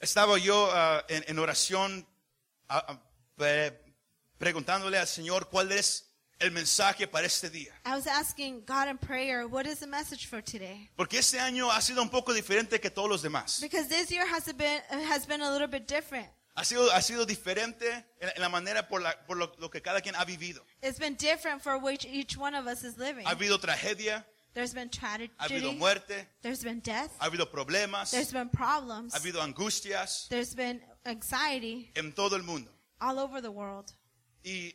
Estaba yo ah, en, en oración ah, ah, pre- preguntándole al Señor cuál es el mensaje para este día. I was asking God in prayer, what is the message for today? Porque este año ha sido un poco diferente que todos los demás. Because this year has been has been a little bit different. Ha sido, ha sido diferente en, en la manera por, la- por lo, lo que cada quien ha vivido. It's been different for which each one of us is living. Ha habido tragedia, There's been ha habido tragedy. muerte, There's been death. ha habido problemas, There's ha been problems. habido angustias There's been anxiety en todo el mundo. all over the world. Y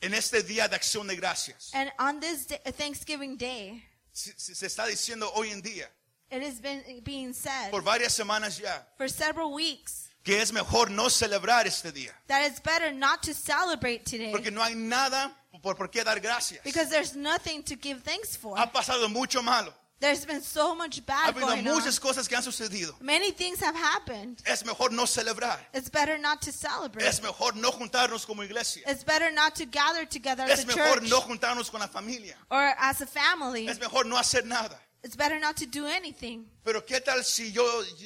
en este día de acción de gracias, And on this day, Thanksgiving Day, se, se- se está diciendo hoy en día, it has been being said por varias semanas ya, for several weeks que es mejor no celebrar este día. that it's better not to celebrate today Porque no hay nada por, por qué dar gracias. because there's nothing to give thanks for. Ha pasado mucho malo. There's been so much Ha bad habido going on. muchas cosas que han sucedido. Many things have happened. Es mejor no celebrar. It's better not to celebrate. Es mejor no juntarnos como iglesia. It's better not to gather together as Es a mejor church no juntarnos con la familia. or as a family. Es mejor no hacer nada. It's better not to do anything. Pero qué tal si yo,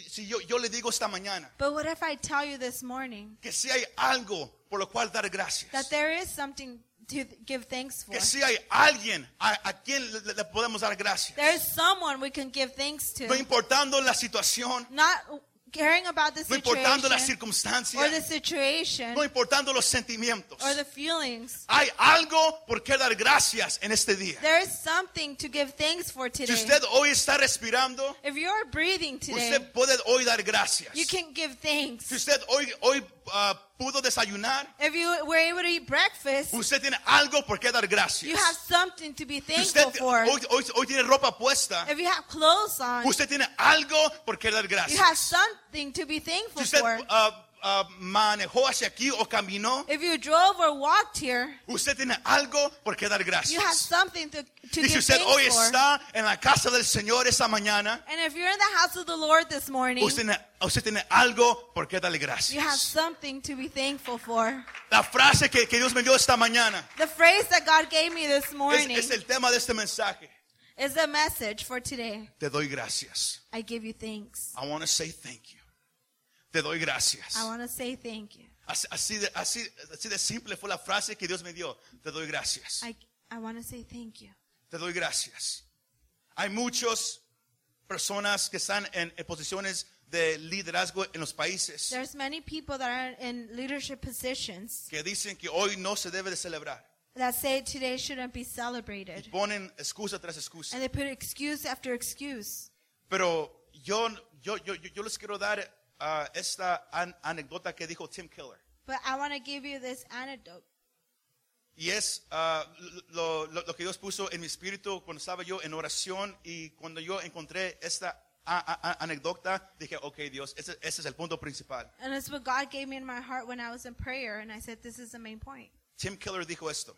si yo, yo le digo esta mañana But what if I tell you this morning que si hay algo por lo cual dar that gracias. there is something to th- give thanks for? Que si hay alguien a, a quien le, le- le podemos dar gracias. There is someone we can give thanks No to. importando la situación, Not caring about the no importando las situation or the circunstancias, situation no importando los sentimientos. or the feelings. Hay algo por qué dar gracias en este día. There is something to give thanks for Si today. usted hoy está respirando, If you're breathing today, usted puede hoy dar gracias. you can give Si thanks. usted hoy, hoy ah, pudo desayunar, If you were able to eat breakfast, usted tiene algo por qué dar gracias. you have something to be Si usted thankful for. hoy, hoy- hoy tiene ropa puesta, If you have clothes on, usted tiene algo por qué dar you have gracias. something to be thankful Si usted for. ah, ah, manejó hacia aquí o caminó, If you drove or walked here, usted tiene algo por qué dar you have gracias. something to, to Y give si usted thanks hoy for. está en la casa del Señor esta mañana, And if you're in the house of the Lord this morning, Usted, tiene- usted tiene algo por qué darle you have gracias. something to be thankful for. La frase que, que Dios me dio esta mañana The phrase that God gave me this es, morning es el tema de este mensaje. is the message for today. Te doy gracias. I give you thanks. I want to say thank you. Te doy gracias. I want to say thank you. Así, así de, así- así de simple fue la frase que Dios me dio. Te doy gracias. I, I want to say thank you. Te doy gracias. Hay muchas personas que están en en posiciones de liderazgo en los países There's many people that are in leadership positions que dicen que hoy no se debe de celebrar. that say today shouldn't be Y celebrated. ponen excusa tras excusa. And they put excuse after excuse. Pero yo, yo, yo, yo yo les quiero dar ah, esta an- anécdota que dijo Tim Keller. But I want to give you this antidote. Y es ah, lo, lo- lo que Dios puso en mi espíritu cuando estaba yo en oración y cuando yo encontré esta a- a- a- anécdota, dije, ok Dios, ese, ese es el punto principal. And it's what God gave me in my heart when I was in prayer. And I said, this is the main point. Tim Keller dijo esto.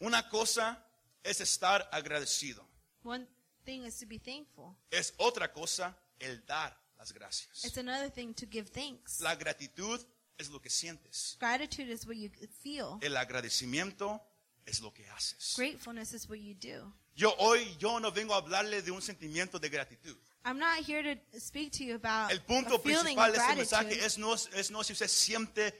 Una cosa es estar agradecido, One thing is to be thankful. es otra cosa el dar las gracias. It's another thing to give thanks. La gratitud es lo que sientes. Gratitude is what you feel. El agradecimiento es lo que haces. Gratefulness is what you do. Yo hoy yo no vengo a hablarle de un sentimiento de gratitud. I'm not here to speak to you about El punto a feeling principal of de este gratitude. mensaje es no, es no si usted siente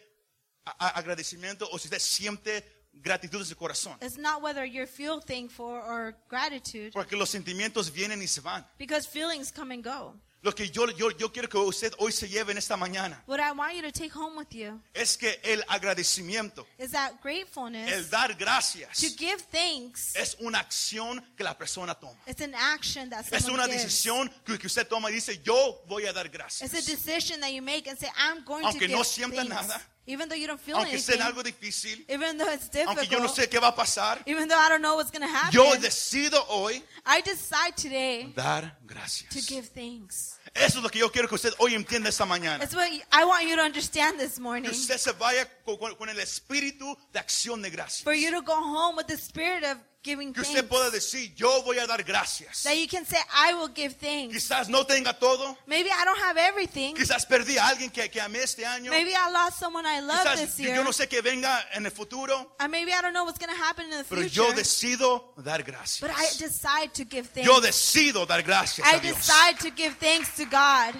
a- a- agradecimiento o si usted siente gratitud en su corazón. It's not whether you feel thankful or gratitude, Porque los sentimientos vienen y se van. because feelings come and go. Lo que yo, yo, yo quiero que usted hoy se lleve en esta mañana What I want you to take home with you es que el agradecimiento, is that el gratefulness dar gracias, to give thanks. es una acción que la persona toma. It's an action that Es una someone gives. decisión que que usted toma y dice, yo voy a dar gracias. It's a decision that you make and say, I'm going Aunque to no give sienta thanks. nada, even though you don't feel aunque sea anything, en algo difícil, even though it's aunque difficult, yo no sé qué va a pasar, even though I don't know what's going to happen, yo decido hoy I decide today dar to gracias. give thanks. Eso es lo que yo quiero que usted hoy entienda esta mañana. That's what y- I want you to understand this Que morning. usted se vaya con, con- con el espíritu de acción de For gracias. you to go home with the spirit of giving que usted thanks. pueda decir, yo voy a dar gracias. That you can say, I will give thanks. Quizás no tenga todo, Maybe I don't have everything. quizás perdí a alguien que, que amé este año, Maybe I lost someone I love quizás this yo year. yo no sé qué venga en el futuro, And maybe I don't know what's going to happen in the pero future. yo decido dar but I gracias. decide to give thanks. Yo decido dar gracias I a Dios. decide to give thanks to God.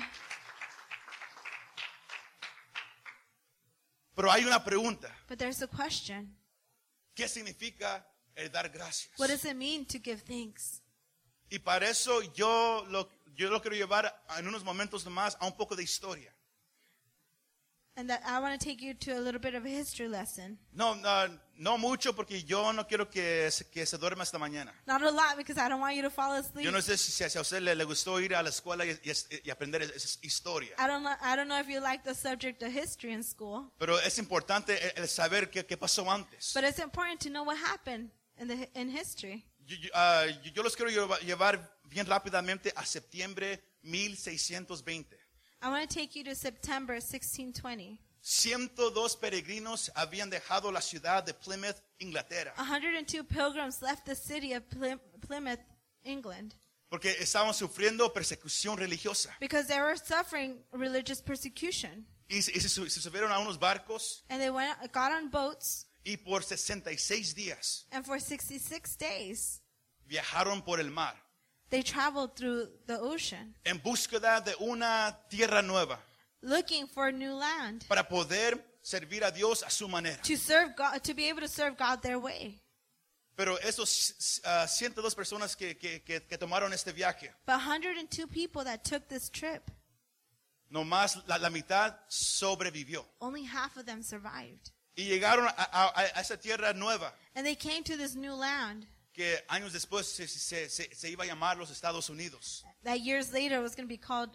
Pero hay una pregunta, But there's a question. ¿qué significa el dar gracias? What does it mean to give thanks? Y para eso yo lo, yo lo quiero llevar en unos momentos más a un poco de historia. And that I want to take you to a little bit of a history lesson. No, no, no mucho porque yo no quiero que, se- que se duerma hasta mañana. Not a lot because I don't want you to fall asleep. Yo no sé si, si a usted le, le gustó ir a la escuela y, y- y aprender es- es historia, I don't know, I don't know if you like the subject of history in school, pero es importante el, el saber qué, qué pasó antes. but it's important to know what happened in the in history. Yo, yo- ah, yo- yo los quiero lleva- llevar bien rápidamente a septiembre 1620. I want to take you to September 1620. 102 peregrinos habían dejado la ciudad de Plymouth, Inglaterra, 102 pilgrims left the city of Plym- Plymouth, England, porque estaban sufriendo persecución religiosa. because they were suffering religious persecution. Y, se- y se, su- se subieron a unos barcos And they went got on boats y por 66 días and for 66 days viajaron por el mar they traveled through the ocean en búsqueda de una tierra nueva. looking for new land para poder servir a Dios a su manera. to serve God to be able to serve God their way. Pero esos ah, 102 personas que, que- que- que tomaron este viaje, But 102 people that took this trip, nomás la, la mitad sobrevivió only half of them survived. y llegaron a, a- a esa tierra nueva And they came to this new land que años después se, se- se- se iba a llamar los Estados Unidos. that years later was going to be called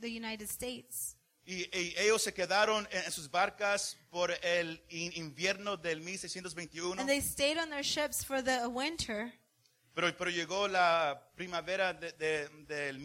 the United States. Y, y ellos se quedaron en, en sus barcas por el in- invierno del 1621, And they stayed on their ships for the winter, pero, pero llegó la primavera de- de- del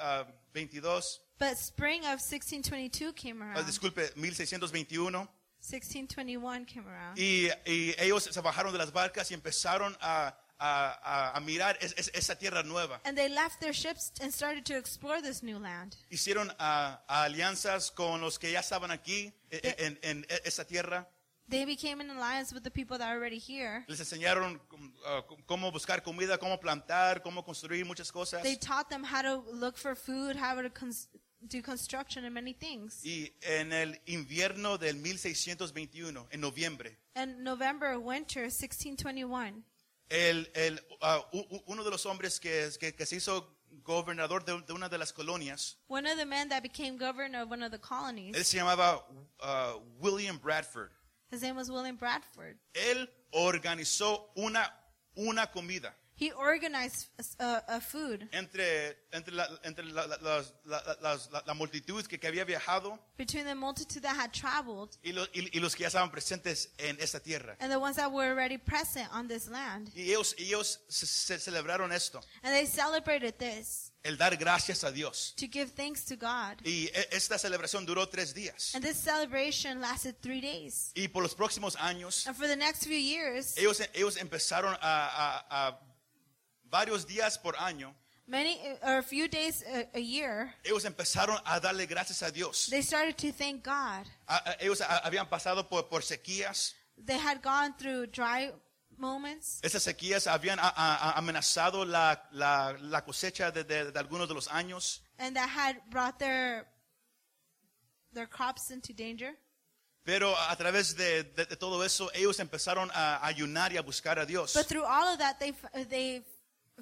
ah, 1622, but spring of 1622 came ah, around. disculpe, 1621. 1621 came around. Y, y ellos se bajaron de las barcas y empezaron a, a- a- a mirar es- es- esa tierra nueva. And they left their ships and started to explore this new land. Hicieron ah, alianzas con los que ya estaban aquí e- en, en esa tierra. They became an alliance with the people that are already here. Les enseñaron um, ah, cómo buscar comida, cómo plantar, cómo construir muchas cosas. They taught them how to look for food, how to cons- do construction, and many things. Y en el invierno del 1621, en noviembre, And November, winter, 1621. el, el, ah, u- u- uno de los hombres que, que- que se hizo gobernador de, de una de las colonias, One of the men that became governor of one of the colonies, él se llamaba ah, William Bradford. his name was William Bradford. Él organizó una, una comida He organized a, a food entre, entre, la, entre la, la- las- la- las- la- la multitud que, que había viajado between the multitude that had traveled y, lo- y- y los que ya estaban presentes en esta tierra. and the ones that were already present on this land. Y ellos, ellos se, se celebraron esto, And they celebrated this el dar gracias a Dios. to give thanks to God. Y e- esta celebración duró tres días. And this celebration lasted three days. Y por los próximos años, And for the next few years, ellos, ellos empezaron a, a- a varios días por año, many or a few days a, a year, ellos empezaron a darle gracias a Dios. they started to thank God. A- a- ellos a- habían pasado por, por sequías. They had gone through dry moments. Esas sequías habían a- a- a- amenazado la, la- la cosecha de, de- de algunos de los años. and that had brought their their crops into danger. Pero a a través de, de- de todo eso, ellos empezaron a ayunar y a buscar a Dios. But through all of that, they f- they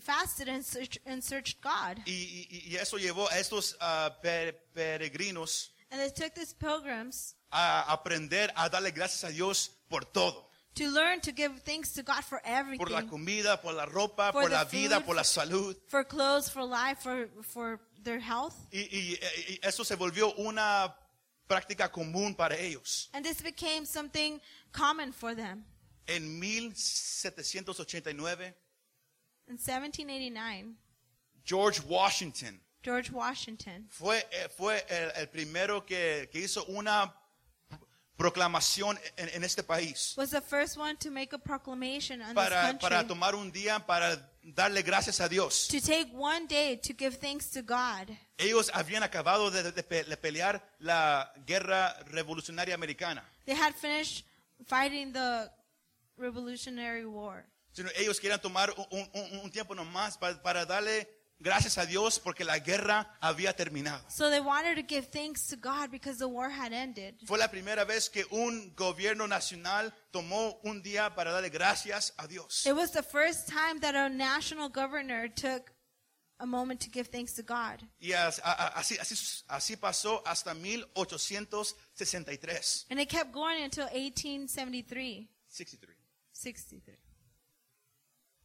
fasted and, search, and searched God, Y, y- y eso llevó a estos ah, pe- peregrinos and they took these pilgrims a aprender a darle gracias a Dios por todo. to learn to give thanks to God for Por la everything, comida, por la ropa, For por the la vida, food. por la salud. for clothes, for life, for for their health. Y, y- y eso se volvió una práctica común para ellos. And this became something common for them. En 1789, In 1789, George Washington George Washington fue, eh, fue el, el primero que, que hizo una proclamación en, en este país was the first one to make a proclamation in this para, para country tomar un día para darle gracias a Dios. to take one day to give thanks to God. Ellos habían acabado de, de- de pe- de pelear la guerra revolucionaria americana. They had finished fighting the Revolutionary War. Sino ellos querían tomar un, un- un tiempo nomás pa- para, darle gracias a Dios porque la guerra había terminado. So they wanted to give thanks to God because the war had ended. Fue la primera vez que un gobierno nacional tomó un día para darle gracias a Dios. It was the first time that our national governor took a moment to give thanks to God. Y as- a- a- así, así, así pasó hasta 1863. And it kept going until 1873, 63. 63.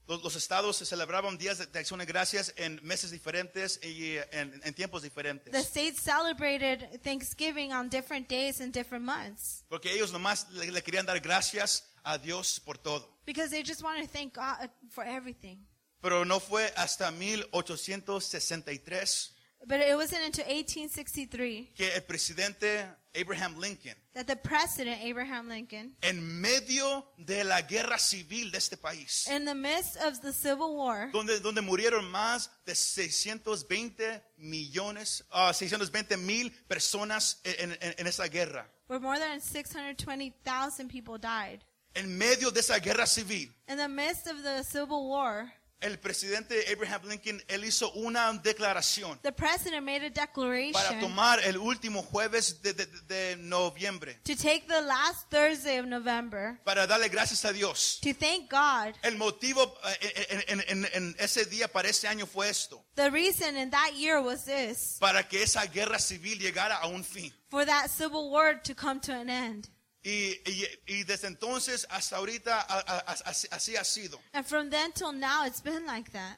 Los, los estados se celebraban días de, de acción de gracias en meses diferentes y eh, en, en tiempos diferentes. The states celebrated Thanksgiving on different days and different months Porque ellos nomás le, le querían dar gracias a Dios por todo. because they just wanted to thank God for everything. Pero no fue hasta 1863 But it wasn't until 1863 que el presidente Abraham Lincoln, that the president, Abraham Lincoln, en medio de la guerra civil de este país, in the midst of the Civil War, donde, donde murieron más de 620 millones, ah, 620 mil personas en, en- en esa guerra. where more than 620,000 people died, En medio de esa guerra civil, in the midst of the Civil War, el presidente Abraham Lincoln, él hizo una declaración the president made a para declaration tomar el último jueves de, de- de noviembre, to take the last Thursday of November para darle gracias a Dios. to thank God. El motivo eh, en, en- en- en ese día para ese año fue esto, The reason in that year was this para que esa guerra civil llegara a un fin. for that civil war to come to an end. Y, y- y desde entonces hasta ahorita a- a- a- así- así ha sido. And from then till now, it's been like that.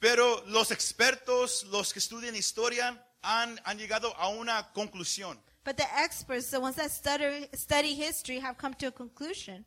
Pero los expertos, los que estudian historia, han, han llegado a una conclusión. But the experts, the ones that study, study history, have come to a conclusion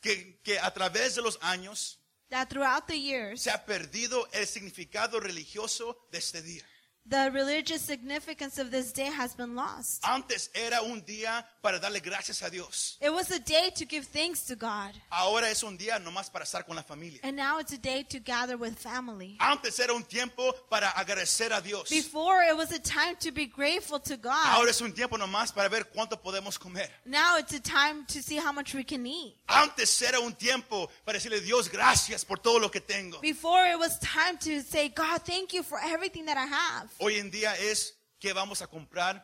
Que, que a través de los años that throughout the years, se ha perdido el significado religioso de este día. the religious significance of this day has been lost. Antes era un día para darle gracias a Dios. It was a day to give thanks to God, Ahora es un día nomás para estar con la familia. and now it's a day to gather with family. Antes era un tiempo para agradecer a Dios. Before, it was a time to be grateful to God. Ahora es un tiempo nomás para ver cuánto podemos comer. Now it's a time to see how much we can eat. Antes era un tiempo para decirle Dios gracias por todo lo que tengo. Before, it was time to say, God, thank you for everything that I have. Hoy en día es qué vamos a comprar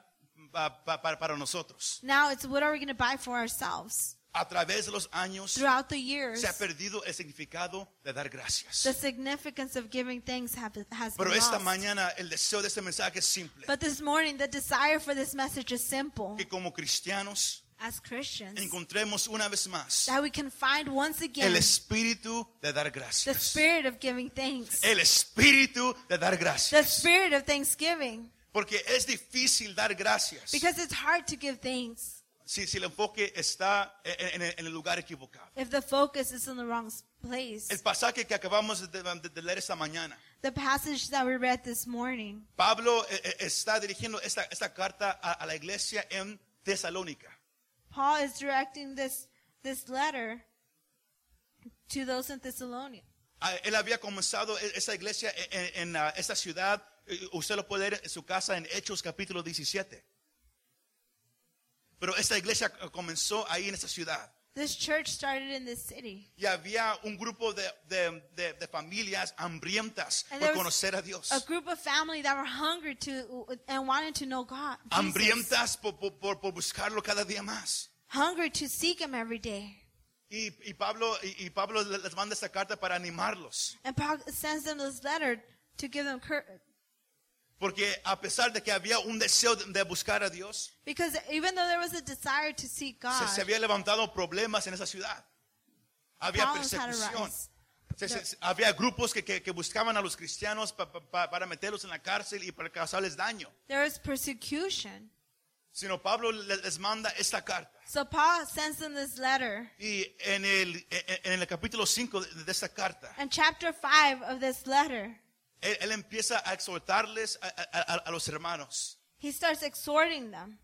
pa- pa- pa- para nosotros. Now it's what are we going to buy for ourselves? A través de los años Throughout the years, se ha perdido el significado de dar the gracias. significance of giving thanks have, has been Pero esta lost. mañana el deseo de este mensaje es simple. But this morning, the desire for this message is simple. Que como cristianos As Christians, encontremos una vez más that we can find once again el espíritu de dar the gracias. spirit of giving thanks, El espíritu de dar the gracias. spirit of thanksgiving, Porque es difícil dar gracias because it's hard to give thanks si, si el enfoque está en- en- en el lugar equivocado. if the focus is in the wrong s- place. El pasaje que acabamos de, de- de leer esta mañana, The passage that we read this morning, Pablo eh, eh, está dirigiendo esta, esta carta a, a la iglesia en Tesalónica. Paul is directing this this letter to those in Thessalonica. Ah, Él había comenzado e- esa iglesia en, en, ah, esta ciudad. Eh, Usted lo puede leer en su casa en Hechos capítulo 17. Pero esta iglesia eh, comenzó ahí en esa ciudad. This church started in this city, Y había un grupo de, de- de- de familias hambrientas por And there was conocer a Dios. a group of family that were hungry to and wanted to know God, Jesus, Hambrientas por- por- por- por buscarlo cada día más. hungry to seek Him every day. Y, y Pablo, y, y Pablo le- les manda esta carta para animarlos. And Paul sends them this letter to give them courage, Porque a pesar de que había un deseo de, de buscar a Dios, because even though there was a desire to seek se, God, se había levantado problemas en esa ciudad. Había problems had persecución. arisen. Se- se- se- había grupos que, que- que buscaban a los cristianos pa- pa- pa- para meterlos en la cárcel y para causarles daño. There was persecution. Sino Pablo le- les, manda esta carta. So Paul sends them this letter. Y en el, en en el capítulo 5 de, de esta carta, And chapter 5 of this letter, él, él empieza a exhortarles a- a- a- a los hermanos. he starts exhorting them.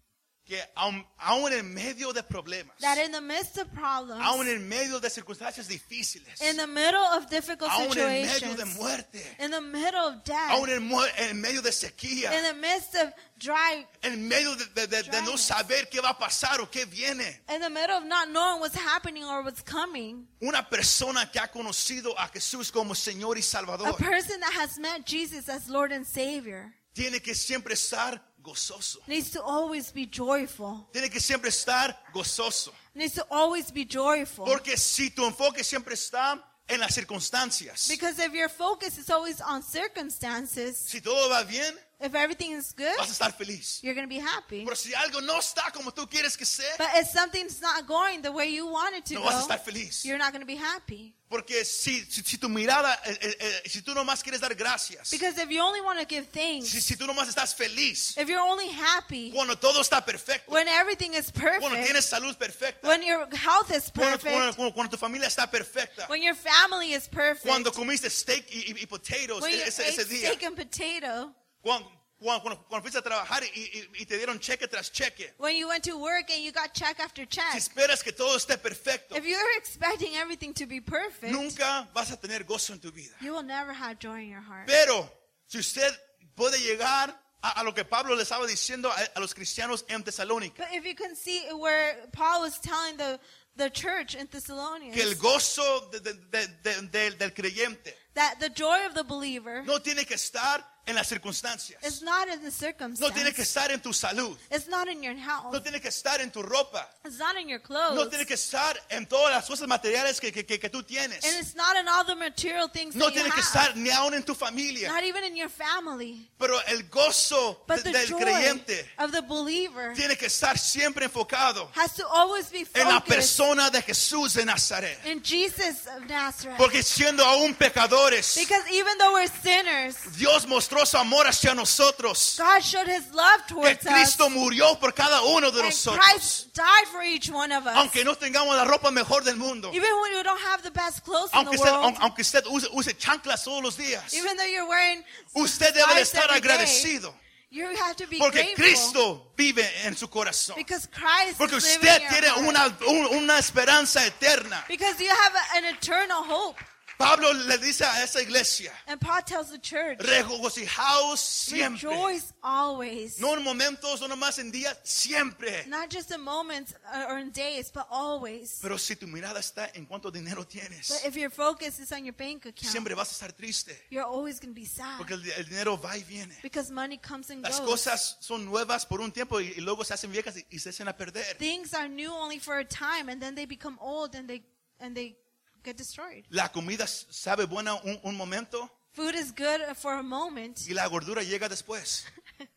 que aun, aun en medio de problemas, that in the midst of problems, aun en medio de circunstancias difíciles, in the middle of difficult aun en medio situations, de muerte, in the middle of death, aun en, mu- en medio de sequía, in the midst of dry, en medio de, de- de- de no Dryness. saber qué va a pasar o qué viene. in the middle of not knowing what's happening or what's coming, Una persona que ha conocido a Jesús como Señor y a Salvador person that has met Jesus as Lord and Savior tiene que siempre estar gozoso. needs to always be joyful. Tiene que siempre estar gozoso. Needs to always be joyful. Porque si tu enfoque siempre está en las circunstancias, Because if your focus is always on circumstances, si todo va bien, if everything is good, vas a estar feliz. you're going to be happy. Pero si algo no está como tú quieres que sea, But if something's not going the way you want it to no vas a go, estar feliz. you're not going to be happy. Porque si, si, si tu mirada, eh, eh, eh, si tú nomás quieres dar gracias, Because if you only want to give thanks, si, si tú nomás estás feliz, if you're only happy cuando todo está perfecto, when everything is cuando perfect, tienes salud perfecta, when your health is cuando, cuando- perfect, cuando- cuando tu familia está perfecta, when your family is perfect, cuando comiste steak y, y- y potatoes when you e- ate ese, ese día, steak and potato, cuando, cuando, cuando- cuando fuiste a trabajar y, y- y te dieron cheque tras cheque, when you went to work and you got check after si check. esperas que todo esté perfecto, If you're expecting everything to be perfect, nunca vas a tener gozo en tu vida. you will never have joy in your heart. Pero si usted puede llegar a, a lo que Pablo le estaba diciendo a, a los cristianos en Tesalónica, But if you can see where Paul was telling the, the church in que el Thessalonians gozo de- de- de- de- del- del creyente that the joy of the believer no tiene que estar en las circunstancias, is not in the no tiene que circumstance. estar en tu salud, It's not in your health. no tiene que estar en tu ropa, It's not in your clothes. no tiene que estar en todas las cosas materiales que, que- que- que tú And tienes, it's not in all the material things no that you tiene que have. estar ni aún en tu familia, Not even in your family. pero el gozo But de- the del joy creyente of the believer tiene que estar siempre enfocado has to always be en la focused persona de Jesús de Nazaret. in Jesus of Nazareth. Porque siendo aún pecadores, Because even though we're sinners, Dios mostró su amor hacia nosotros. God showed his love Que towards us. Cristo murió por cada uno de And nosotros. Christ died for each one of us. Aunque no tengamos la ropa mejor del mundo. Even when you don't have the best clothes in the Aunque usted, world, aun- aunque usted use, use chanclas todos los días. even though you're wearing Usted debe de stripes estar every day, agradecido. you have to be Porque grateful Cristo vive en su corazón. because Christ Porque is living in usted your tiene heart. una, un- una esperanza eterna. because you have a- an eternal hope. Pablo le dice a esa iglesia, And Paul tells the church, regocijaos siempre. rejoice always, No en momentos, no nomás en días, siempre. not just in moments uh, or in days, but always. Pero si tu mirada está en cuánto dinero but tienes, if your focus is on your bank account, siempre vas a estar triste. you're always going to be sad Porque el, el dinero va y viene. because money comes and Las goes. cosas son nuevas por un tiempo y, y luego se hacen viejas y, y se echan a perder. Things are new only for a time, and then they become old and they and they get destroyed. La comida s- sabe buena un, un momento Food is good for a moment. y la gordura llega después. and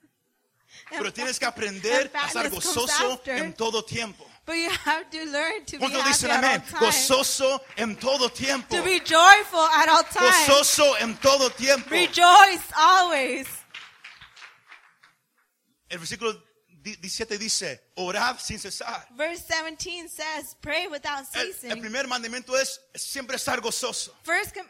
Pero tienes que fat- aprender and a fatness estar comes gozoso after. en todo tiempo. But you have to learn to be ¿Cuántos happy dicen at amén? all times. Gozoso en todo tiempo. To be joyful at all times. Gozoso en todo tiempo. Rejoice always. El versículo di- 17 dice, orad sin cesar. Verse 17 says, pray without El, ceasing. el primer mandamiento es siempre estar gozoso. First com-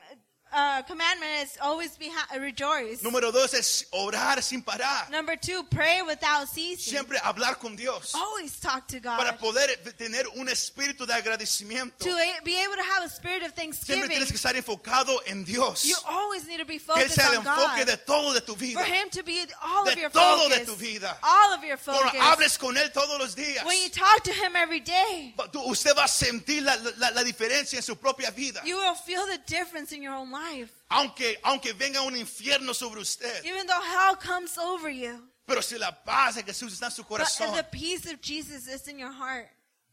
uh, commandment is always be ha- rejoice. Número dos es orar sin parar. Number two, pray without ceasing. Siempre hablar con Dios. Always talk to God. Para poder tener un espíritu de agradecimiento. to a- be able to have a spirit of Siempre thanksgiving, tienes que estar enfocado en Dios. you always need to be Que Él focused sea el on enfoque God. de todo de tu vida. For Him to be all of De your todo de focus, tu vida. all of your Cuando focus. hables con Él todos los días. When you talk to Him every day, va- tú- Usted va a sentir la, la- la diferencia en su propia vida. you will feel the difference in your own life. Aunque, aunque venga un infierno sobre usted. Even though hell comes over you, Pero si la paz de Jesús está en su but if corazón. the peace of Jesus is in your heart,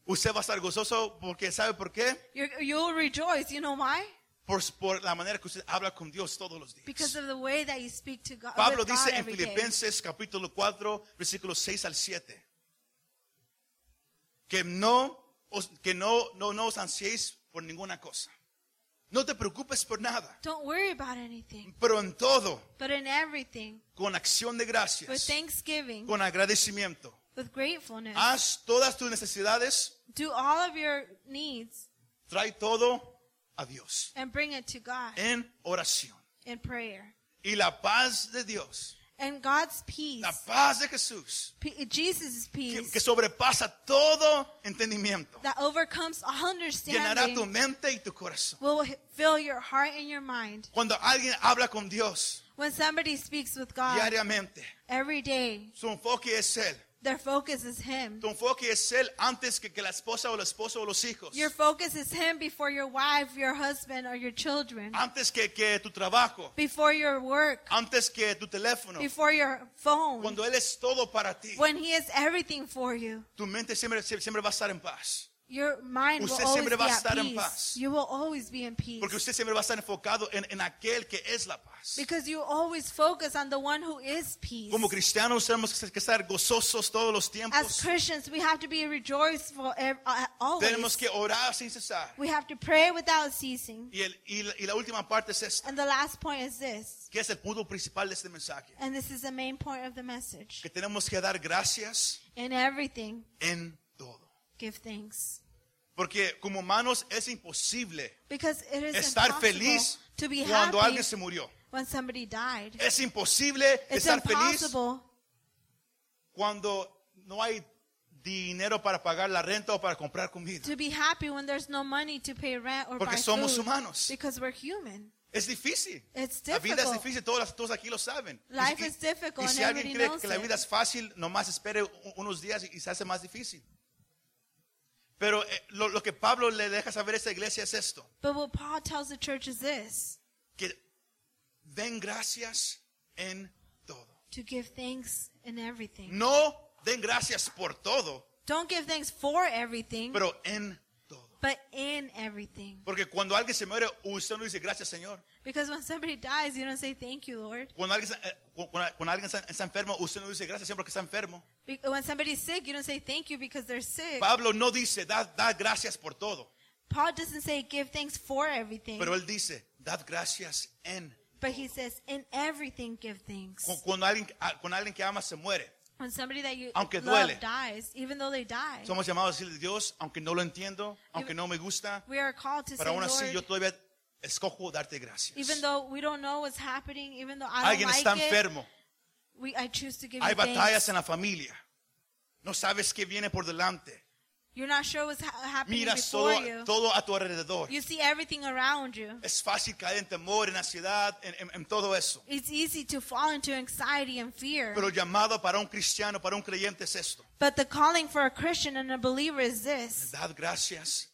Usted va a estar gozoso porque ¿sabe por qué? you're, you'll rejoice. You know why? por, por la manera que usted habla con Dios todos los días. Because of the way that you speak to God. Pablo with God dice en every day. Filipenses capítulo 4, versículos 6 al 7, que no os, que no, no, no os ansiéis por ninguna cosa. No te preocupes por nada, Don't worry about anything, pero en todo, but in everything, con acción de with gracias, thanksgiving, con agradecimiento, with gratefulness, haz todas tus necesidades, do all of your needs trae todo a Dios Eh. and bring it to God en oración. in prayer. Y la paz de Dios, and God's peace, La paz de Jesús, pe- Jesus' que, peace, que sobrepasa todo entendimiento, that overcomes all llenará tu understanding, mente y tu corazón. will h- fill your heart and your mind. Cuando alguien habla con Dios When somebody speaks with God diariamente, every day, su enfoque es Él. their focus is Him. Tu enfoque es Él antes que, que la esposa o el esposo o los hijos. Your focus is Him before your wife, your husband, or your children, Antes que, que tu trabajo. before your work, Antes que tu teléfono. before your phone. Ah, Cuando Él es todo para ti, When He is everything for you, tu mente siempre, sie- siempre va a estar en paz. your mind will Usted always siempre be va a at estar en peace. paz. You will always be in peace. Porque usted siempre va a estar enfocado en, en aquel que es la paz. Because you always focus on the one who is peace. Como cristianos tenemos que estar gozosos todos los As tiempos. Christians, we have to be rejoiceful ev- uh, Tenemos always. que orar sin cesar. We have to pray without ceasing. Y, el- y la, y la última parte es esta, And the last point is this, que es el punto principal de este mensaje. and this is the main point of the message. Que tenemos que dar gracias In everything, en todo. give thanks. Porque como humanos es imposible Because it is estar impossible feliz to be cuando happy alguien se murió. when somebody died. Es imposible It's estar feliz impossible cuando no hay dinero para pagar la renta o para comprar comida. to be happy when there's no money to pay rent or Porque buy somos food. humanos. Because we're human. Es difícil. It's La vida es difficult. difícil, todos, todos aquí lo saben. Y Life si- is difficult y and si alguien everybody cree knows que la it. vida es fácil, nomás espere u- unos días y, y se hace más difícil. Pero eh, lo, lo que Pablo le deja saber a esta iglesia es esto, But what Paul tells the church is this, que den gracias en todo. to give thanks in everything. No den gracias por todo, Don't give thanks for everything, pero en todo. but in everything. Porque cuando alguien se muere, usted no dice gracias Señor. Because when somebody dies, you don't say thank you, Lord. Cuando alguien, se- eh, cu- cuando- cuando alguien está, está enfermo, usted no dice gracias Señor porque está enfermo. Be- When somebody's sick, you don't say thank you because they're sick. Pablo no dice, da, da gracias por todo. Paul doesn't say give thanks for everything, Pero él dice, dad gracias en. but he says in everything give thanks. Cu- Cuando alguien, a- cuando alguien que ama se muere, When somebody that you Aunque love duele. dies, even though they die, somos llamados a decirle, Dios, aunque no lo entiendo, aunque no me gusta, we are called to say, pero aún Lord, así yo todavía escojo darte even gracias. though we don't know what's happening, even though I don't Alguien like está it, enfermo, we, I choose to give hay you thanks. batallas en la familia, no sabes qué viene por delante, You're not sure what's ha- happening miras before todo, you. todo a tu alrededor. You see everything around you. Es fácil caer en temor, en ansiedad, en, en- en todo eso. It's easy to fall into anxiety and fear. Pero el llamado para un cristiano, para un creyente es esto, But the calling for a Christian and a believer is this. dad gracias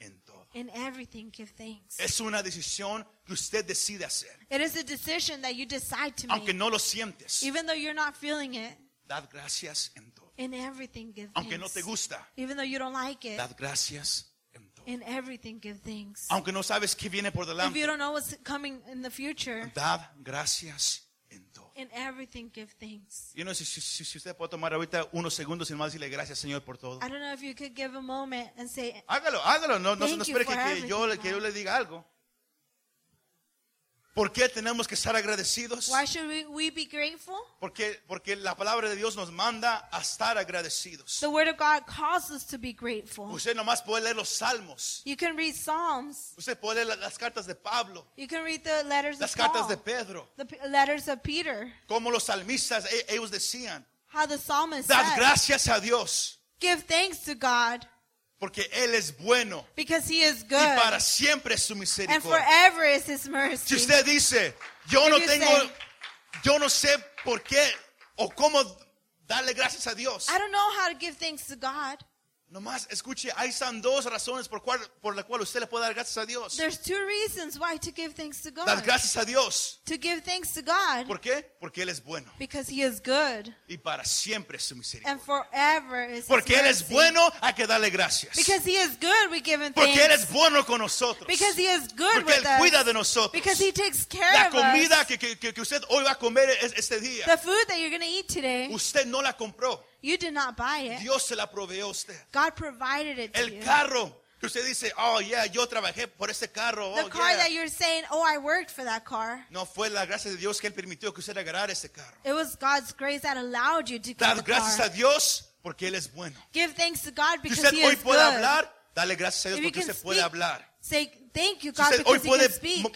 en todo. In everything, give thanks. Es una decisión que usted decide hacer. It is a decision that you decide to Aunque make. no lo sientes, Even though you're not feeling it, dad gracias en todo. in everything, give Aunque no thanks. te gusta, Even though you don't like it, dad gracias en todo. in everything, give thanks. Aunque no sabes qué viene por If you delante, don't know what's coming in the future, dad gracias en todo. in everything, give thanks. Yo no sé si, si- si usted puede tomar ahorita unos segundos sin más decirle gracias, Señor, por todo. I don't know if you could give a moment and say, Hágalo, hágalo. No, no, Thank no espere you que, for que everything, yo, le- que yo Lord. le diga algo. ¿Por qué tenemos que estar agradecidos? why should we, we be grateful? Porque, porque la palabra de Dios nos manda a estar agradecidos. The Word of God calls us to be grateful. Usted nomás puede leer los salmos. You can read Psalms. Usted puede leer la- las cartas de Pablo. You can read the letters of las cartas de Paul, Pedro, the p- letters of Peter. como los salmistas, e- ellos decían, How the psalmist dad said, gracias a Dios, "Give thanks to God porque Él es bueno because He is y good, para siempre es su and misericordia. forever is His Si mercy." usted dice, yo If no you tengo, say- yo no sé por qué o cómo darle gracias a Dios, I don't know how to give thanks to God. nomás escuche, ahí están dos razones por, cual, por la cual usted le puede dar gracias a Dios. There's two reasons why to give thanks to Dar God. gracias a Dios. To give thanks to God ¿Por qué? Porque Él es bueno because He is good, y para siempre es su and misericordia. forever is His Porque Él es mercy. bueno, hay que darle gracias. Because He is good, we give Him Porque Él thanks. es bueno con nosotros. Because He is good Porque Él with us. cuida de nosotros. Because He takes care La of us. comida que, que- que- que usted hoy va a comer es- este día, The food that you're going to eat today, usted no la compró. you did not buy it. Dios se la proveó a usted. God provided it to El you. carro que usted dice, oh yeah, yo trabajé por este carro. The oh, car yeah". that you're saying, oh, I worked for that car. No fue la gracia de Dios que Él permitió que usted agarrara ese carro. It was God's grace that allowed you to get Dar the gracias a car. Dios porque Él es bueno. Give thanks to God Si because usted He hoy is puede good. hablar, dale gracias a Dios If you porque can usted puede speak, hablar. Say thank you, Si God, usted hoy because He puede can speak. mo-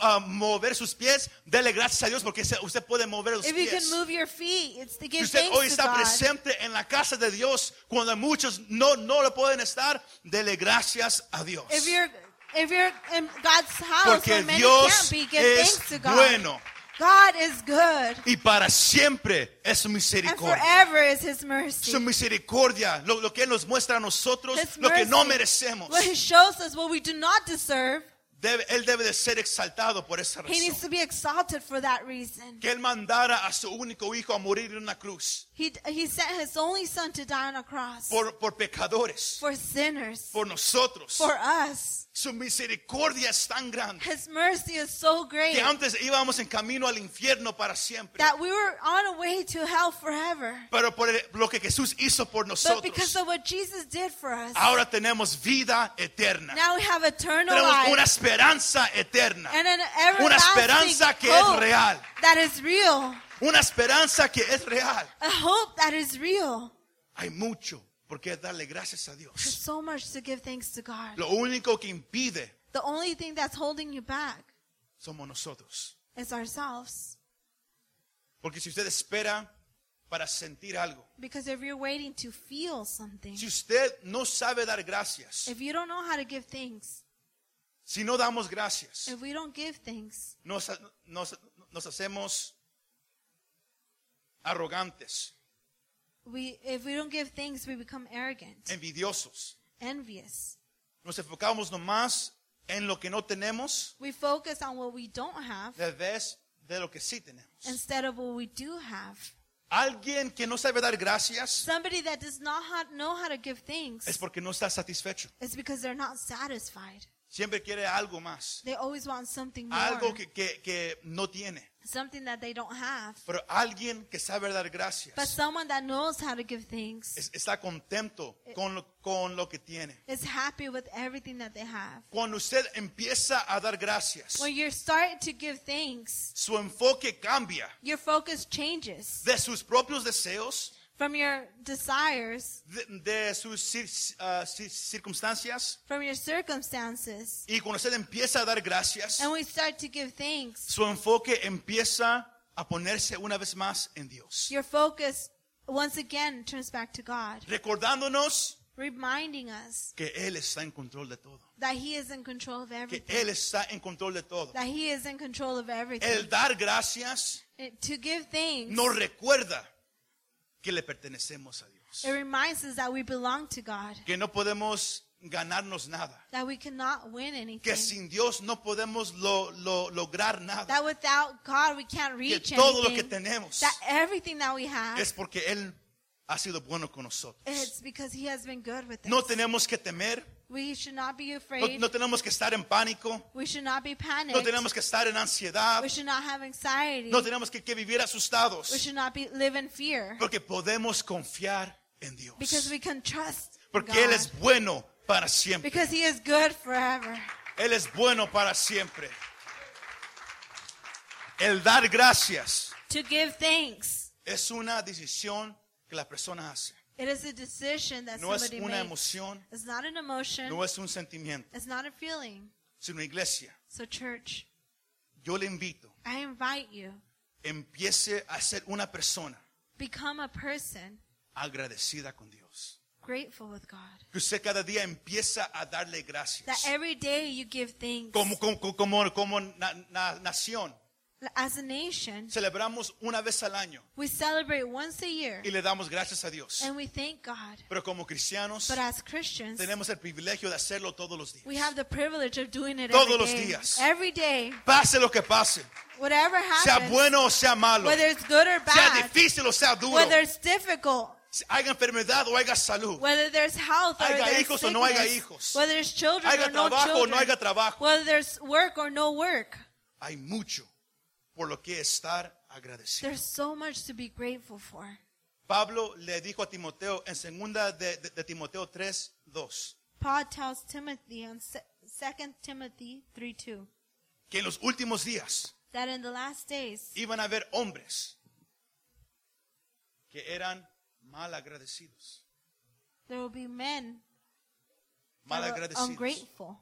ah, mover sus pies, dele gracias a Dios porque se- usted puede mover los If you pies. can move your feet, it's to Si give usted hoy thanks to está God. presente en la casa de Dios cuando muchos no, no lo pueden estar, dele gracias a Dios. If you're if you're in God's house Porque where many Dios can't be, give es thanks to God. bueno God is good, y para siempre es su and misericordia. forever is His Su mercy. misericordia, lo, lo que Él nos muestra a nosotros, His lo que mercy, no merecemos, What He shows us, what we do not deserve, debe- Él debe de ser exaltado por esa He razón. needs to be exalted for that reason. Que Él mandara a su único hijo a morir en una cruz He He sent His only Son to die on a cross por, por pecadores, for sinners, por nosotros. for us. Su misericordia es tan grande His mercy is so great que antes íbamos en camino al infierno para siempre. that we were on a way to hell forever. Pero por el- lo que Jesús hizo por But because nosotros, of what Jesus did for us, ahora tenemos vida eterna. now we have eternal Tenemos una life esperanza eterna. and an Una everlasting esperanza que es hope real. that is real. Una esperanza que es real. A hope that is real. Hay mucho por qué darle gracias a There's Dios. so much to give thanks to God. Lo único que impide The only thing that's holding you back somos nosotros. is ourselves. Porque si usted espera para sentir algo, Because if you're waiting to feel something, si usted no sabe dar gracias, if you don't know how to give thanks, si no damos gracias, if we don't give thanks, nos, nos- nos hacemos arrogantes, we if we don't give thanks, we become arrogant, envidiosos. envious. Nos enfocamos nomás en lo que no tenemos We focus on what we don't have en vez de lo que sí tenemos. instead of what we do have. Alguien que no sabe dar gracias Somebody that does not ha- know how to give es thanks porque no está satisfecho. is because they're not satisfied. Siempre quiere algo más, They always want something more, algo que, que- que no tiene. something that they don't have. Pero alguien que sabe dar But gracias someone that knows how to give thanks es- está contento con lo, con lo que tiene. is happy with everything that they have. Cuando usted empieza a dar gracias, When you start to give thanks, su enfoque cambia your focus changes de sus propios deseos, from your desires, de, de sus cir- ah, cir- circunstancias. from your circumstances. Y cuando usted empieza a dar gracias, And we start to give thanks. su enfoque empieza a ponerse una vez más en Dios. Your focus once again turns back to God, Recordándonos reminding us que Él está en control de todo. that He is in control of Que everything. Él está en control de todo. that he is in control of everything. El dar gracias It- to give thanks, nos recuerda que le pertenecemos a Dios. it reminds us that we belong to God, Que no podemos ganarnos nada. that we cannot win Que anything, sin Dios no podemos lo- lo- lograr nada. that without God we can't Que reach todo lo que anything, tenemos that everything that we es have, porque Él ha sido bueno con nosotros. it's because he has been good with No us. tenemos que temer, We should not be no, afraid. no tenemos que estar en pánico, We should not be No panicked. tenemos que estar en ansiedad. We should not have anxiety. No tenemos que, que vivir asustados. We should not be live in fear Porque podemos confiar en Dios. because we can trust Porque Él God. es bueno para siempre. Because he is good forever. Él es bueno para siempre. El dar gracias To give thanks, es una decisión que la persona hace. it is a decision that No es somebody una makes. emoción, It's not an emotion. no es un sentimiento, It's not a feeling. sino iglesia. So, church, Yo le invito, I invite you, empiece a ser una persona become a person agradecida con Dios. grateful with God. Que usted cada día empieza a darle gracias. That every day you give thanks. como, como, como, como na- na- nación, As a nation, celebramos una vez al año we celebrate once a year y le damos gracias a Dios. and we thank God. Pero como cristianos, But as Christians, tenemos el privilegio de hacerlo todos los días. we have the privilege of doing it Todos every los day. días. Every day, Pase lo que pase, whatever sea happens, bueno o sea malo, whether it's good or sea bad, difícil o sea duro, whether it's difficult, si haya enfermedad o haya salud, whether there's health or Haya there's hijos sickness, o no haya hijos. whether there's children Haya or no trabajo o no children, haya trabajo. whether there's work or no work, hay mucho por lo que estar agradecido. there's so much to be grateful for. Pablo le dijo a Timoteo en segunda de, de- de Timoteo 3, 2, Paul tells Timothy on Se- 2 Timothy 3 2 que en los últimos días that in the last days iban a haber hombres que eran mal agradecidos. there will be men Mal that are agradecidos. ungrateful,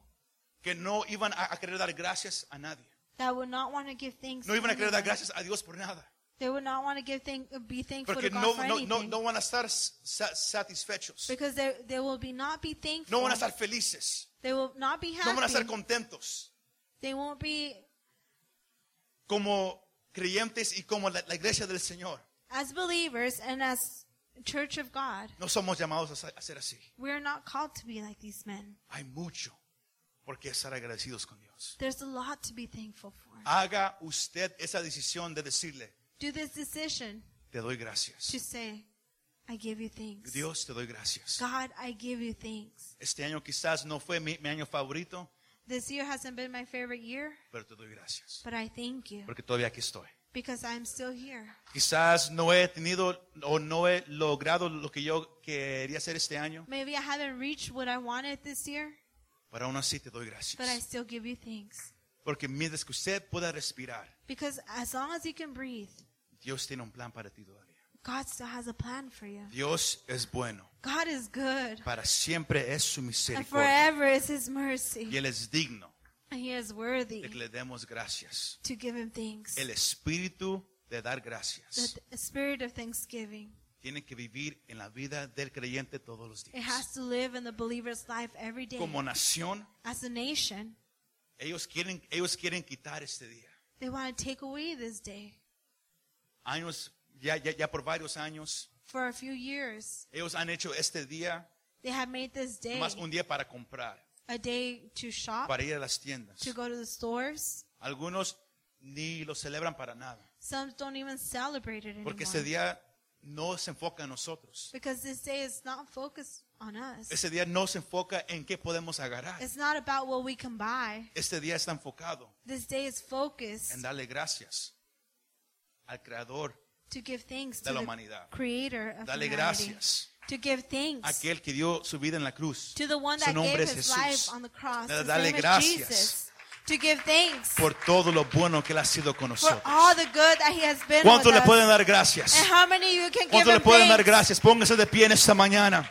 Que no iban a, a querer dar gracias a nadie. that would not want to give thanks. No to iban a querer dar anyone. gracias a Dios por nada. They would not want to give thank, be thankful Porque to God no, for no, no, anything no van a estar sa- satisfechos. because they, they will be not be thankful. No van a estar felices. they will not be happy. No van a estar contentos. they won't be Como creyentes y como la, la iglesia del Señor. as believers and as church of God. No somos llamados a sa- a ser así. We are not called to be like these men. Hay mucho por qué estar agradecidos con Dios. There's a lot to be thankful for. Haga usted esa decisión de decirle, Do this decision te doy gracias. to say, "I give you thanks." Dios, te doy gracias. God, I give you thanks. Este año quizás no fue mi, mi año favorito, This year hasn't been my favorite year, pero te doy gracias. but I thank you Porque todavía aquí estoy. because I'm still here. Quizás no he tenido o no he logrado lo que yo quería hacer este año, Maybe I haven't reached what I wanted this year, pero aún así te doy but I gracias. still give you thanks. Porque mientras que usted pueda respirar, Because as long as you can breathe, Dios tiene un plan para ti todavía. God still has a plan for you. Dios es bueno. God is good. Para siempre es su And misericordia. forever is his Y mercy. Él es digno And he is worthy de que le demos gracias. to give him thanks. El espíritu de dar The gracias th- spirit of thanksgiving. tiene que vivir en la vida del creyente todos los It días. has to live in the believer's life every day. Como nación, As a nation, ellos quieren, ellos quieren quitar este día. they want to take away this day. Años, ya, ya, ya por varios años, For a few years, ellos han hecho este día they have made this day más un día para comprar, a day to shop, para ir a las tiendas. to go to the stores. Algunos ni lo celebran para nada, Some don't even celebrate it anymore. porque este día no se enfoca en nosotros. because this day is not focused on us. Ese día no se enfoca en qué podemos agarrar. It's not about what we can buy. Este día está enfocado This day is en focused darle gracias al Creador to give thanks de to la the humanidad. creator of Dale humanity. gracias To give a thanks aquel que dio su vida en la cruz. to the one Su that gave nombre es his life Jesús. on the cross. Dale His name is gracias. Jesus. To give thanks Por todo lo bueno que él ha sido con for nosotros. all the good that he has been ¿Cuánto with le us. pueden dar gracias? And how many of you can give ¿Cuánto le him pueden dar thanks? gracias? Póngase de pie en esta mañana.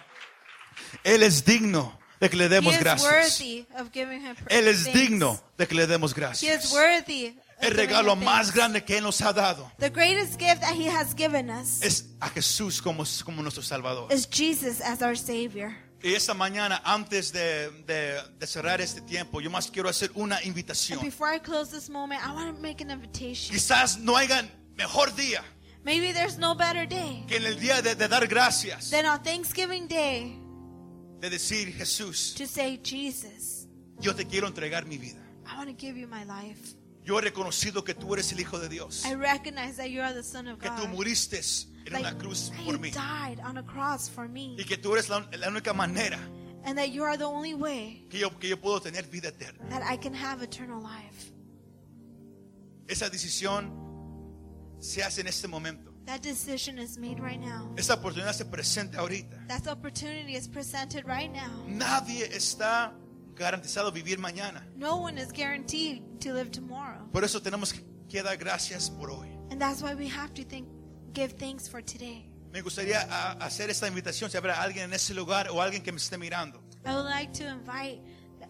Él es digno de que le He demos is gracias. worthy of giving him pr- Él es thanks. digno de que le demos He is gracias. worthy. of El giving regalo him más thanks. grande que Él nos ha dado The greatest gift that he has given us es a Jesús como, como nuestro Salvador. is Jesus as our Savior. Y esta mañana, antes de, de- de cerrar este tiempo, yo más quiero hacer una And invitación. before I close this moment, I want to make an invitation. Quizás no haya mejor día Maybe there's no better day que en el día de, de dar gracias, than on Thanksgiving Day de decir, Jesús, to say, Jesus, yo te quiero entregar mi vida. I want to give you my life. Yo he reconocido que tú eres el Hijo de Dios, I recognize that you are the Son of que tú God. muriste en That- una cruz that por you mí died on a cross for y me. que tú eres la, la única manera And that you are the only way que yo, que yo puedo tener vida eterna. that I can have eternal life. Esa decisión se hace en este momento. That decision is made right now. Esa oportunidad se presenta ahorita. That opportunity is presented right now. Nadie está garantizado vivir mañana. No one is guaranteed to live tomorrow. Por eso tenemos que- que dar gracias por hoy. And that's why we have to think, give thanks for today. Me gustaría a- hacer esta invitación si habrá alguien en ese lugar o alguien que me esté mirando. I would like to invite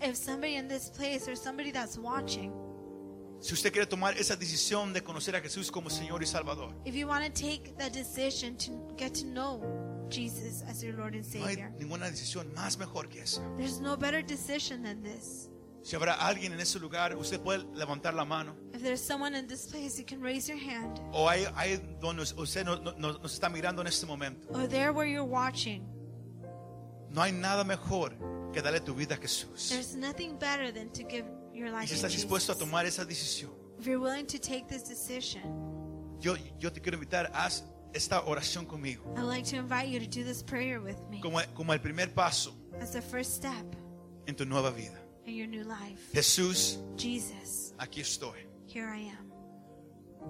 if somebody in this place or somebody that's watching, Si usted quiere tomar esa decisión de conocer a Jesús como Señor y Salvador, if you want to take the decision to get to know Jesus as your Lord and no hay Savior, ninguna decisión más mejor que esa. there's no better decision than this. Si habrá alguien en ese lugar, usted puede levantar la mano. If there's someone in this place, you can raise your hand. O hay, hay donde usted no- no- no- nos está mirando en este momento. Or there where you're watching, No hay nada mejor que darle tu vida a Jesús. there's nothing better than to give your Y life si to estás dispuesto a Jesus. tomar esa decisión, If you're willing to take this decision, yo, yo te quiero invitar, haz esta oración conmigo. I would like to invite you to do this prayer with me Como, como el primer paso as the first step en tu nueva vida. in your new life. Jesús, Jesus, aquí estoy. here I am.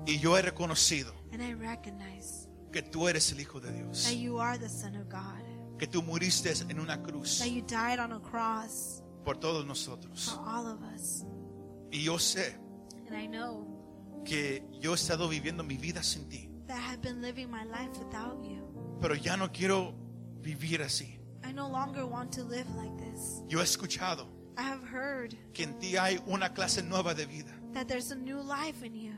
Y yo he reconocido And I recognize que tú eres el Hijo de that Dios. you are the Son of God, Que tú muriste en una cruz that you died on a cross por todos for nosotros. all of us. Y yo sé And I know que yo he estado viviendo mi vida sin ti. that I have been living my life without you. Pero ya no quiero vivir así. I no longer want to live like this. Yo he escuchado I have heard que en ti hay una clase nueva de vida. that there's a new life in you.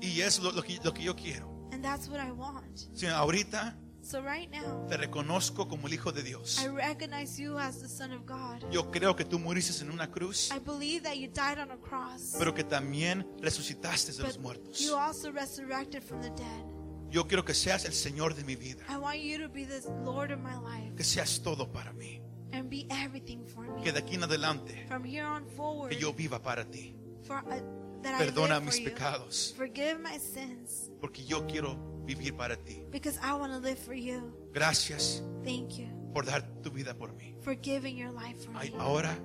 Y es lo, lo que, lo que yo quiero. And that's what I want. Señor, ahorita So right now, te reconozco como el Hijo de Dios. I recognize you as the Son of God. Yo creo que tú moriste en una cruz, I believe that you died on a cross, pero que también resucitaste de los but you muertos. also resurrected from the dead. Yo quiero que seas el Señor de mi vida, I want you to be the Lord of my life que seas todo para mí, and be everything for me. que de aquí en adelante, From here on forward, que yo viva para ti. for, uh, that I Perdona live mis for you. pecados, Forgive my sins porque yo quiero vivir para ti. because I want to live for you. Gracias Thank you por dar tu vida por mí. for giving your life for Ay, me. ahora,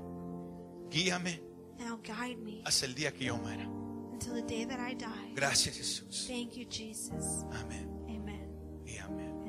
guíame Now guide me hasta el día que yo muera. until the day that I die. Gracias, Jesús. Thank you, Jesus. Amén Amen. y amén.